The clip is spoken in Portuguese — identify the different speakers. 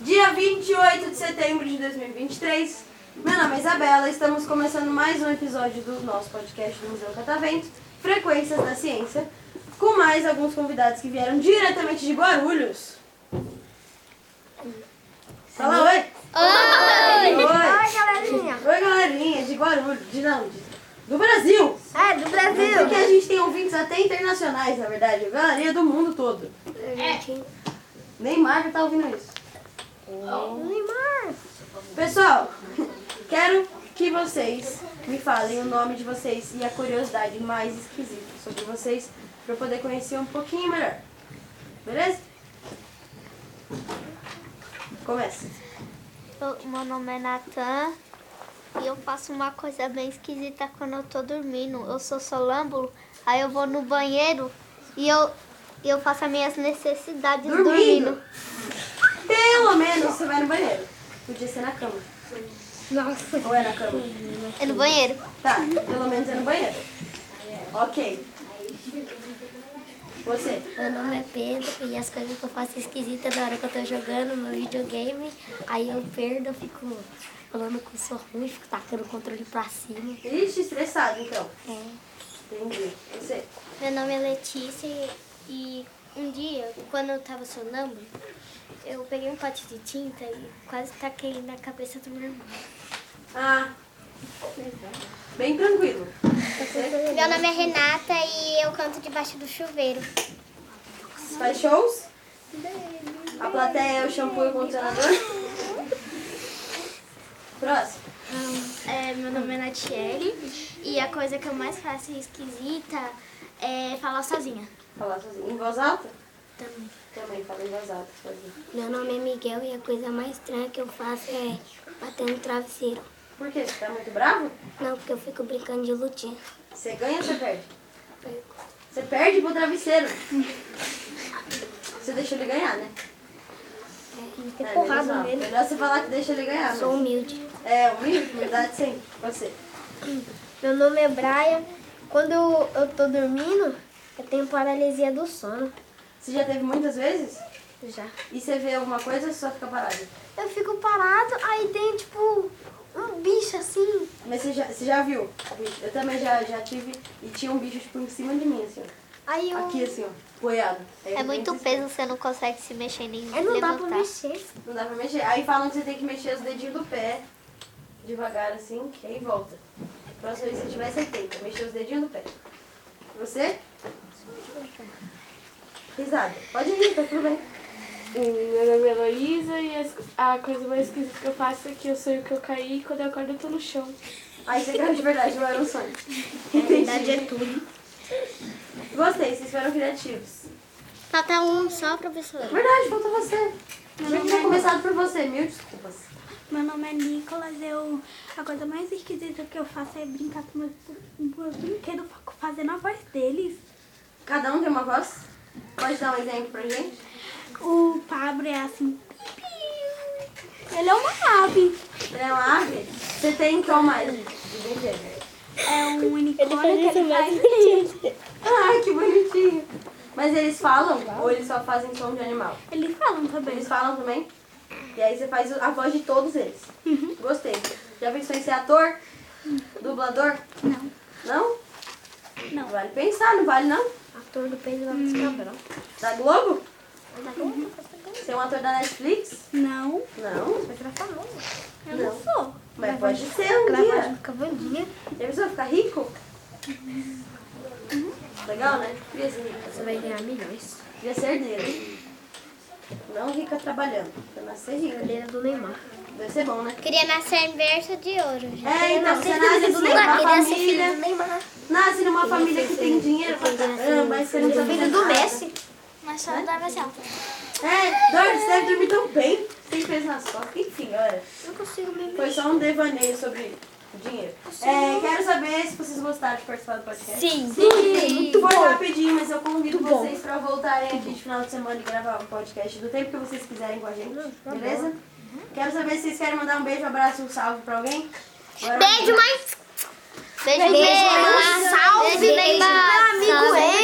Speaker 1: Dia 28 de setembro de 2023. Meu nome é Isabela, estamos começando mais um episódio do nosso podcast do Museu Catavento, Frequências da Ciência, com mais alguns convidados que vieram diretamente de Guarulhos. Fala oi! Oi! Oi,
Speaker 2: galerinha.
Speaker 1: oi galerinha de Guarulhos, de não, de- do Brasil!
Speaker 2: É, do Brasil.
Speaker 1: Porque a gente tem ouvintes até internacionais, na verdade, galerinha do mundo todo. Neymar já tá ouvindo isso.
Speaker 2: Neymar.
Speaker 1: Pessoal, quero que vocês me falem o nome de vocês e a curiosidade mais esquisita sobre vocês para eu poder conhecer um pouquinho melhor. Beleza? Começa.
Speaker 3: Eu- Meu nome é Natan e eu faço uma coisa bem esquisita quando eu tô dormindo. Eu sou solâmbulo, aí eu vou no banheiro e eu, e eu faço as minhas necessidades
Speaker 1: Dormindo.
Speaker 3: dormindo.
Speaker 1: Pelo menos você vai no banheiro. Podia ser na cama. Nossa. Ou é na cama?
Speaker 3: É no banheiro.
Speaker 1: Tá, pelo menos é no banheiro. Ok. Você.
Speaker 4: Meu nome é Pedro e as coisas que eu faço esquisitas na hora que eu tô jogando meu videogame, aí eu perdo, eu fico falando que eu sou ruim, fico tacando o controle pra cima.
Speaker 1: Ixi, estressado então.
Speaker 4: É.
Speaker 1: Entendi. Você.
Speaker 3: Meu nome é Letícia e um dia, quando eu tava sonâmbulo, eu peguei um pote de tinta e quase taquei na cabeça do meu irmão.
Speaker 1: Ah. Bem tranquilo. Você
Speaker 3: Meu nome é Renata e eu canto debaixo do chuveiro.
Speaker 1: faz shows? A plateia é o shampoo e o condicionador? Próximo.
Speaker 3: É, meu nome é Natiele e a coisa que eu mais faço e esquisita é falar sozinha.
Speaker 1: Falar sozinho. Em voz alta?
Speaker 3: Também.
Speaker 1: Também fala em voz alta sozinho.
Speaker 4: Meu nome é Miguel e a coisa mais estranha que eu faço é bater no travesseiro.
Speaker 1: Por quê? Você tá muito bravo?
Speaker 4: Não, porque eu fico brincando de lutinha.
Speaker 1: Você ganha ou você perde? Você perde pro travesseiro. Você deixou ele ganhar, né? É, menos mal. Melhor você falar que deixa ele ganhar.
Speaker 4: Sou
Speaker 3: um-
Speaker 1: mas-
Speaker 4: humilde.
Speaker 1: É, humilde, verdade sim. Você.
Speaker 2: Meu nome é Brian. Quando eu tô dormindo, eu tenho paralisia do sono.
Speaker 1: Você já teve muitas vezes?
Speaker 2: Já.
Speaker 1: E você vê alguma coisa ou você só fica parado?
Speaker 2: Eu fico parado, aí tem tipo um bicho assim.
Speaker 1: Mas você já, você já viu? bicho? Eu também já, já tive e tinha um bicho tipo em cima de mim, assim, ó.
Speaker 2: Aí eu.
Speaker 1: Aqui assim, ó, boiado. Aí
Speaker 3: É
Speaker 1: eu
Speaker 3: muito
Speaker 1: nem quis-
Speaker 3: peso, você não consegue se mexer nem
Speaker 2: Aí É, não dá
Speaker 3: levantar.
Speaker 2: pra mexer.
Speaker 1: Não dá pra mexer. Aí falam que você tem que mexer os dedinhos do pé, devagar assim, que aí volta. Próxima vez que você tiver, você tenta, mexer os dedinhos do pé. Você? Risada. Pode rir, tá tudo bem.
Speaker 5: Meu nome é Heloísa e as- a coisa mais esquisita que eu faço é que eu sonho que eu caí e quando eu acordo eu tô no chão.
Speaker 1: Aí você caiu de verdade, não era um sonho. Entendi. é tudo. Gostei, vocês foram criativos.
Speaker 3: Falta um só, professor.
Speaker 1: Verdade, falta você. Eu não tinha começado por você, mil desculpas.
Speaker 6: Meu nome é Nicolas, eu, a coisa mais esquisita que eu faço é brincar com meus, com meus brinquedos fa- fazendo a voz deles.
Speaker 1: Cada um tem uma voz? Pode dar um exemplo pra gente?
Speaker 6: O Pablo é assim. piu. Ele é uma ave.
Speaker 1: Você é uma ave? Você tem qual mais? Entendi.
Speaker 6: É um unicórnio que ele faz rir.
Speaker 1: Ah, que bonitinho. Mas eles falam ou eles só fazem som de animal?
Speaker 6: Eles falam também.
Speaker 1: Eles falam também? E aí você faz a voz de todos eles. Gostei. Já pensou em ser ator? Dublador? Não. Não?
Speaker 6: Não.
Speaker 1: Vale pensar, não vale não? Hum.
Speaker 2: Ator do Pedro Lopes Cabral.
Speaker 1: Da Globo? Ser um ator da Netflix?
Speaker 6: Não,
Speaker 1: Não.
Speaker 2: Vai virar famoso.
Speaker 6: eu não, sou.
Speaker 1: Mas pode ser um
Speaker 2: Gravagem
Speaker 1: dia.
Speaker 2: do Cavandinha.
Speaker 1: Já pensou ficar rico? Legal, né? Queria ser rica.
Speaker 2: Uhum. Você vai ganhar milhões.
Speaker 1: Queria ser herdeira. Não rica trabalhando. Pra nascer rica.
Speaker 2: Bandeira do Neymar.
Speaker 1: Deve ser bom, né?
Speaker 3: Queria nascer em berço de ouro. gente.
Speaker 1: É, então, você nasce assim, numa família... Nasce numa família que tem dinheiro pra caramba, mas você não sabe
Speaker 2: Filho do Messi.
Speaker 3: Mas só dava assim, ó.
Speaker 1: É, Dor, você deve dormir tão bem. Sem peso nas costas. Enfim, olha.
Speaker 2: Não consigo me
Speaker 1: Foi só um devaneio sobre dinheiro. É, quero saber se vocês gostaram de participar do podcast.
Speaker 2: Sim.
Speaker 1: Muito Foi rapidinho, mas eu convido vocês pra voltarem aqui de final de semana e gravar um podcast do tempo que vocês tá Uhum. quiserem com a gente. Beleza? Quero saber se vocês querem mandar um beijo, um abraço, um salve pra alguém.
Speaker 3: Beijo, mãe. Beijo, beijo, mãe. Salve, beijo, amigo.